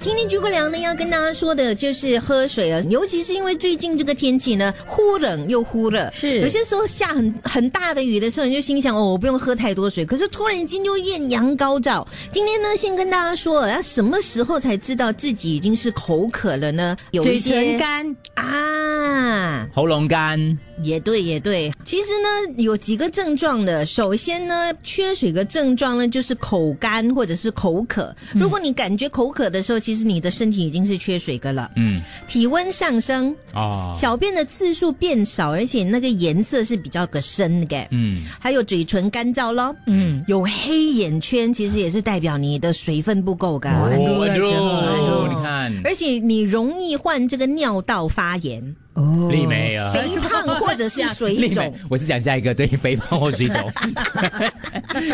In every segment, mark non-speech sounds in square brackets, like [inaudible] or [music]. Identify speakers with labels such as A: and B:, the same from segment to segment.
A: 今天诸葛亮呢要跟大家说的就是喝水啊，尤其是因为最近这个天气呢，忽冷又忽热，
B: 是
A: 有些时候下很很大的雨的时候，你就心想哦，我不用喝太多水，可是突然间就艳阳高照。今天呢，先跟大家说，要什么时候才知道自己已经是口渴了呢？有一
B: 嘴
A: 些
B: 唇干、
A: 啊，
C: 喉咙干，
A: 也对，也对。其实呢，有几个症状的。首先呢，缺水的症状呢，就是口干或者是口渴。
C: 嗯
A: 如果你感觉口渴的时候，其实你的身体已经是缺水的了。
C: 嗯，
A: 体温上升，
C: 哦，
A: 小便的次数变少，而且那个颜色是比较个深的。
C: 嗯，
A: 还有嘴唇干燥咯，嗯，有黑眼圈，其实也是代表你的水分不啊够的。
B: 很多人
C: 哦
B: 之后很多
C: 你看，
A: 而且你容易患这个尿道发炎、
B: 哦
C: 丽梅啊，
A: 肥胖或者是水
C: [laughs] 丽
A: 肿
C: 梅。，我是讲下一个对肥胖或水肿。 [laughs]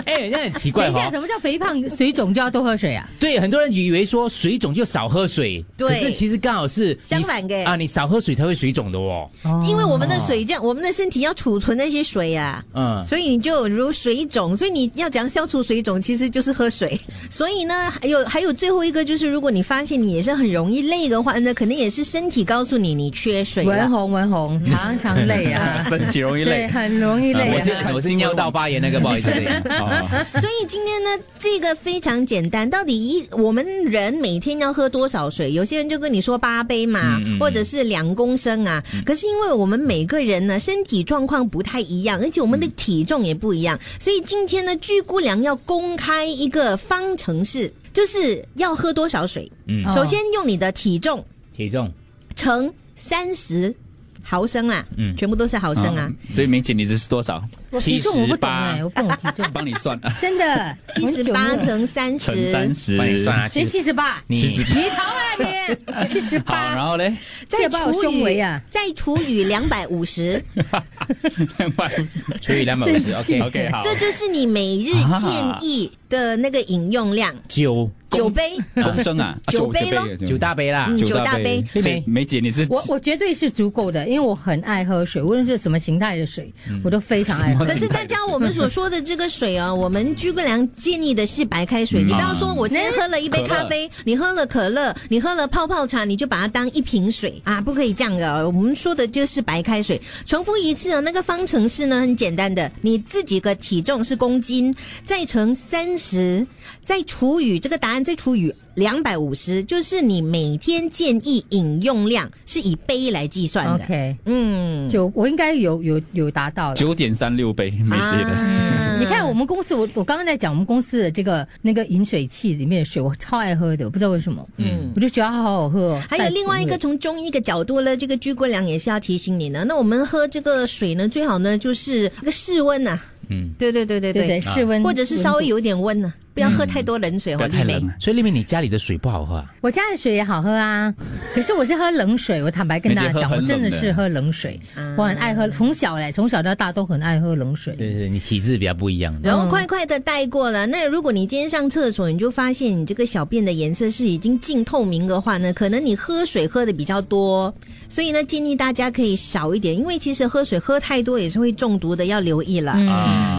C: 哎，人家很奇
B: 等
C: 怪
B: 一下，
C: 哈、
B: 什么叫肥胖水肿就要多喝水啊？
C: 对，很多人以为说水肿就少喝水，
A: 对
C: 可是其实刚好是你
A: 相反的
C: 啊，你少喝水才会水肿的哦。
A: 因为我们的水这样，我们的身体要储存那些水呀、
C: 嗯，
A: 所以你就如水肿，所以你要讲消除水肿，其实就是喝水。所以呢，还有还有最后一个就是，如果你发现你也是很容易累的话，那肯定也是身体告诉你你缺水
B: 文
A: 了。
B: 红文红， [laughs] 常常累啊，
D: 身体
C: [laughs]
D: 容易
B: 对，
D: 累。
B: 很容易累
C: 我
B: 啊
C: 是。我是尿道嗯发炎那个，不好意 [laughs] 思。
D: 哦，
C: [laughs]
A: 所以今天呢，这个非常简单，到底一我们人每天要喝多少水？有些人就跟你说八杯嘛，
C: 嗯嗯嗯嗯
A: 或者是两公升啊。可是因为我们每个人呢，身体状况不太一样，而且我们的体重也不一样，所以今天呢，巨姑娘要公开一个方程式，就是要喝多少水。
C: 嗯
B: 哦
A: 首先用你的体重
C: 体重，
A: 乘三十毫升啦，
C: 嗯哦
A: 全部都是毫升啊。
D: 所以梅姐，你这是多少？，
B: 我体重我不懂哎，
C: 78
B: 我不懂体重
D: 帮你算，
B: 真的
A: 七十八乘三
D: 乘三
A: 十，
C: 帮你
D: 十，
C: 算啊，
B: 谁哎
C: 其实
B: 七十八？
C: 你
D: 七十
B: 你逃了你，七十
D: 好，
B: 八
D: 然。后嘞，
A: 再
B: 这把我
A: 除
B: 胸
A: 以
B: 围啊
A: 再除以两百五十，
C: 除以两百五
B: 生
C: 十
B: 气
C: ，OK，
D: [laughs] OK，好，
A: 这就是你每日建议的那个饮用量，
C: 九
A: 九杯。
D: [laughs] 公升啊，啊
A: 酒杯咯
C: 九大杯啦
A: 嗯，
D: 九
A: 九大杯
C: 妹
D: 所以
C: 妹
D: 梅姐，你是
B: 我我绝对是足够的，因为我很爱喝水，无论是什么形态的水，我都非常爱喝
A: 可。是大家我们所说的这个水啊，我们居哥良建议的是白开水。你不要说我今
B: 嗯
A: 天喝了一杯咖啡，你喝了可乐，你喝了泡泡茶，你就把它当一瓶水啊，不可以这样的。我们说的就是白开水。重复一次啊，那个方程式呢很简单的，你自己的体重是公斤，再乘三十，再除以这个答案，再除以。两百五十就是你每天建议饮用量是以杯来计算的。
B: OK，
A: 嗯，
B: 就我应该有有有达到了。
D: 九点三六杯，梅姐的，
A: [laughs] 啊
B: 你看我们公司，我我刚刚在讲我们公司的这个那个饮水器里面的水，我超爱喝的，我不知道为什么，嗯，我就觉得它好好喝哦。
A: 还有另外一个
B: 带
A: 从中医的角度呢，这个居国良也是要提醒你呢。那我们喝这个水呢，最好呢就是一个室温呐、嗯，对对对对
B: 滋味对对，室温
A: 或者是稍微。
B: 温度
A: 有点温呐、啊不要喝太多冷水
D: 嗯
A: 哦，
D: 不要
A: 丽
D: 太
A: 梅
D: 冷。啊了。
C: 所以丽妹，你家里的水不好喝啊？
B: 我家的水也好喝
A: [laughs]
B: 啊，可是我是喝冷水。我坦白跟大家
D: 而且
B: 讲，
D: 喝
B: 我
D: 很
B: 真的
D: 冷的
B: 是喝冷水，
A: 嗯
B: 我很爱喝，从小嘞，从小到大都很爱喝冷水。
C: 对对，你体质比较不一样的。
A: 然后快快的带过了。那如果你今天上厕所，你就发现你这个小便的颜色是已经近透明的话呢，可能你喝水喝的比较多，所以呢，
B: 嗯
A: 建议大家可以少一点，因为其实喝水喝太多也是会中毒的，要留意了。
D: 啊。